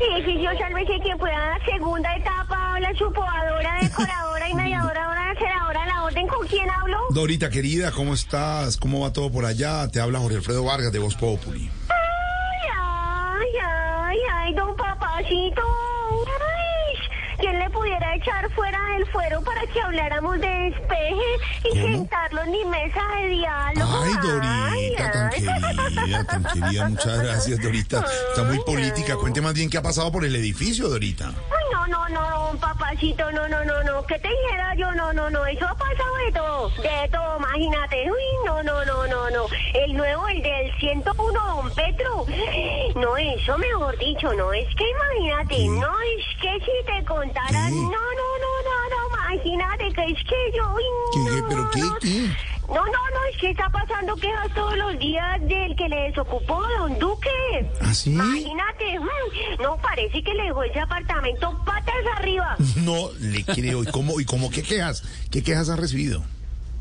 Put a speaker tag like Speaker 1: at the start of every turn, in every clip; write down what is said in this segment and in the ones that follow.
Speaker 1: Edificio Sálvese que pueda la segunda etapa, la chupadora, decoradora y mediadora, una ceradora, la orden, ¿con quién hablo?
Speaker 2: Dorita querida, ¿cómo estás? ¿Cómo va todo por allá? Te habla Jorge Alfredo Vargas de Voz Populi.
Speaker 1: Ay, ay, ay, ay, don papacito. Ay, ¿quién le pudiera echar fuera del fuero para que habláramos de despeje y
Speaker 2: ¿Cómo?
Speaker 1: sentarlo en mi mesa de diálogo?
Speaker 2: Ay, Dorita, tan
Speaker 1: ay.
Speaker 2: querida, tan querida. Muchas gracias, Dorita. Está muy política. Cuente más bien qué ha pasado por el edificio, Dorita.
Speaker 1: Ay, no, no, no, papacito, no, no, no, no. ¿Qué te dijera yo? No, no, no. Eso ha pasado de todo. De todo, imagínate. Uy, no, no, no, no, no. El nuevo, el del 101, don Petro. No, eso mejor dicho, no. Es que imagínate. No, es que si te contara.
Speaker 2: ¿Qué?
Speaker 1: No, no, no, no, no. Imagínate que es que yo. uy,
Speaker 2: ¿Qué?
Speaker 1: no,
Speaker 2: ¿Pero
Speaker 1: no,
Speaker 2: qué?
Speaker 1: no.
Speaker 2: ¿Qué?
Speaker 1: No, no, no, es que está pasando quejas todos los días del que le desocupó don Duque.
Speaker 2: ¿Ah, sí?
Speaker 1: Imagínate, mm, no, parece que le dejó ese apartamento patas arriba.
Speaker 2: No le creo. ¿Y cómo, y cómo qué quejas? ¿Qué quejas has recibido?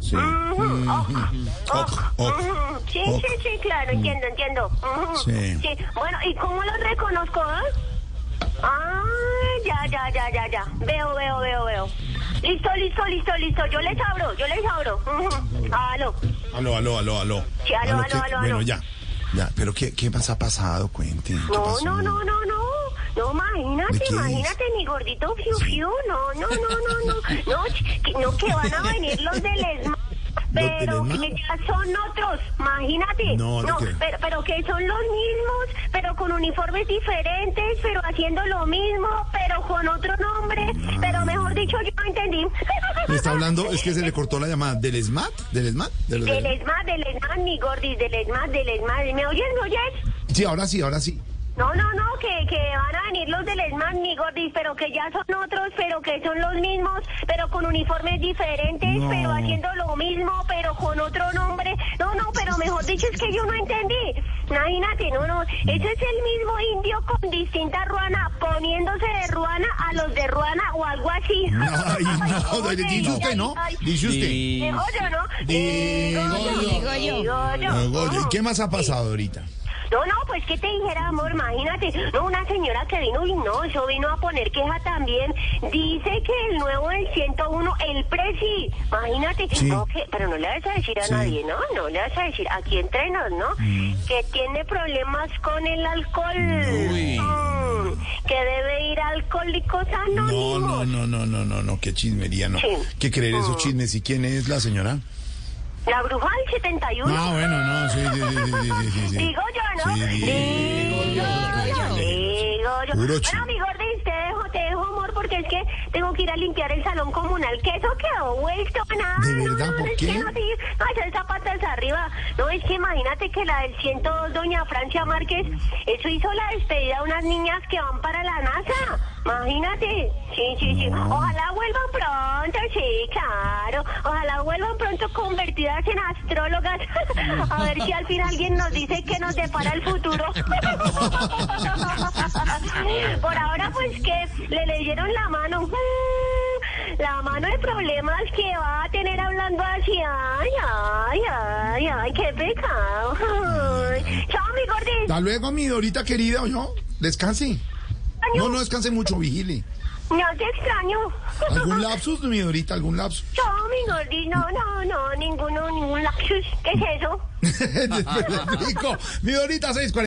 Speaker 2: Sí.
Speaker 1: Ujú, ok,
Speaker 2: Ok, ok,
Speaker 1: ujú. Sí,
Speaker 2: ok. Mm.
Speaker 1: sí, sí, claro, entiendo, entiendo. Ujú,
Speaker 2: Sí.
Speaker 1: Bueno, ¿y cómo lo reconozco? eh? Ah, ya, ya, ya, ya, ya. Veo, veo, veo, veo. Listo, listo, listo, listo. Yo les abro, yo les abro. Ujú. Aló.
Speaker 2: Aló, aló, aló, aló.
Speaker 1: Sí, aló,
Speaker 2: ¿qué?
Speaker 1: aló, aló,
Speaker 2: Bueno,
Speaker 1: aló.
Speaker 2: ya. Ya, pero ¿qué, qué más ha pasado? Cuente. ¿qué
Speaker 1: No,
Speaker 2: pasó?
Speaker 1: no, no, no, no. No,
Speaker 2: ¿De
Speaker 1: imagínate,
Speaker 2: qué
Speaker 1: imagínate, mi gordito fiu fiu. No, no, no, no, no. No, ch- que, no, que van a venir los del ESMA.
Speaker 2: del
Speaker 1: Pero
Speaker 2: ESMA?
Speaker 1: que ya son otros, imagínate.
Speaker 2: No, no creo.
Speaker 1: pero, pero que son los mismos, pero con uniformes diferentes, pero haciendo lo mismo, pero con otro nombre. Pero mejor dicho, yo no entendí.
Speaker 2: Me está hablando, es que se le cortó la llamada. ¿Del SMAT? ¿Del SMAT? ¿De los-
Speaker 1: Del ESMA, del ESMA, mi gordis, del ESMA, del ESMA. ¿Me oyes, me oyes?
Speaker 2: Sí, ahora sí, ahora sí.
Speaker 1: No, no, no, que, que van a venir los del ESMAD, mi gordis, pero que ya son otros, pero que son los mismos, pero con uniformes diferentes,
Speaker 2: No.
Speaker 1: pero haciendo lo mismo, pero con otro nombre. No, no, pero mejor dicho es que yo no entendí. Imagínate, no, no, eso es el mismo indio con distinta ruana, poniéndose de ruana a los de ruana o algo así.
Speaker 2: Ay, no,
Speaker 1: Oye,
Speaker 2: dice usted, ¿no?
Speaker 1: ay, ay.
Speaker 2: Dice usted.
Speaker 1: Digo yo, ¿no? Eh,
Speaker 2: Digo yo.
Speaker 1: Digo yo.
Speaker 2: Ah, Goyo, ¿y ¿Qué más
Speaker 1: Sí.
Speaker 2: ha pasado ahorita?
Speaker 1: No, no, pues que te dijera, amor, imagínate, no, una señora que vino y no, eso vino a poner queja también, dice que el nuevo del 101, el Prezi, imagínate,
Speaker 2: Sí.
Speaker 1: no, que- pero no le vas a decir a
Speaker 2: Sí. Mm.
Speaker 1: nadie, ¿no? No le vas a decir, aquí entre nos, ¿no? Que tiene problemas con el alcohol, Mm, que debe ir a alcohólicos
Speaker 2: No,
Speaker 1: anónimos.
Speaker 2: no, no, no, no, no, no, qué chismería, no.
Speaker 1: Sí.
Speaker 2: ¿Qué creer esos chismes? ¿Y quién es la señora?
Speaker 1: La bruja del 71.
Speaker 2: Ah, bueno, no, sí, sí, sí, sí, sí, sí, sí.
Speaker 1: Digo yo, ¿no?
Speaker 2: Sí, sí.
Speaker 1: Digo yo. Digo yo.
Speaker 2: Puro
Speaker 1: Bueno,
Speaker 2: chisme.
Speaker 1: mi gordis, te dejo, te dejo, amor, porque es que tengo que ir a limpiar el salón comunal, que eso quedó vuelto nada.
Speaker 2: ¿De
Speaker 1: no,
Speaker 2: verdad?
Speaker 1: no,
Speaker 2: ¿Por
Speaker 1: es
Speaker 2: qué?
Speaker 1: que no, sí, no, esa es zapata hasta arriba. No, es que imagínate que la del 102, doña Francia Márquez, eso hizo la despedida a unas niñas que van para la NASA. Imagínate. Sí, sí, sí. Ojalá vuelvan pronto, sí, claro. Ojalá vuelvan pronto convertidas en astrólogas. A ver si al fin alguien nos dice que nos depara el futuro. Por ahora, pues que le leyeron la mano. La mano de problemas que va a tener hablando así. Ay, ay, ay, ay, qué pecado. Ay. Chao, mi gordis.
Speaker 2: Hasta luego, mi Dorita querida, yo. Descanse. No, no descanse mucho, vigile.
Speaker 1: No te extraño.
Speaker 2: ¿Algún lapsus, mi Dorita? ¿Algún lapsus?
Speaker 1: Chao, mi gordis. No, no, no, ninguno, ningún lapsus. ¿Qué es eso?
Speaker 2: Después le explico. Mi Dorita, 640.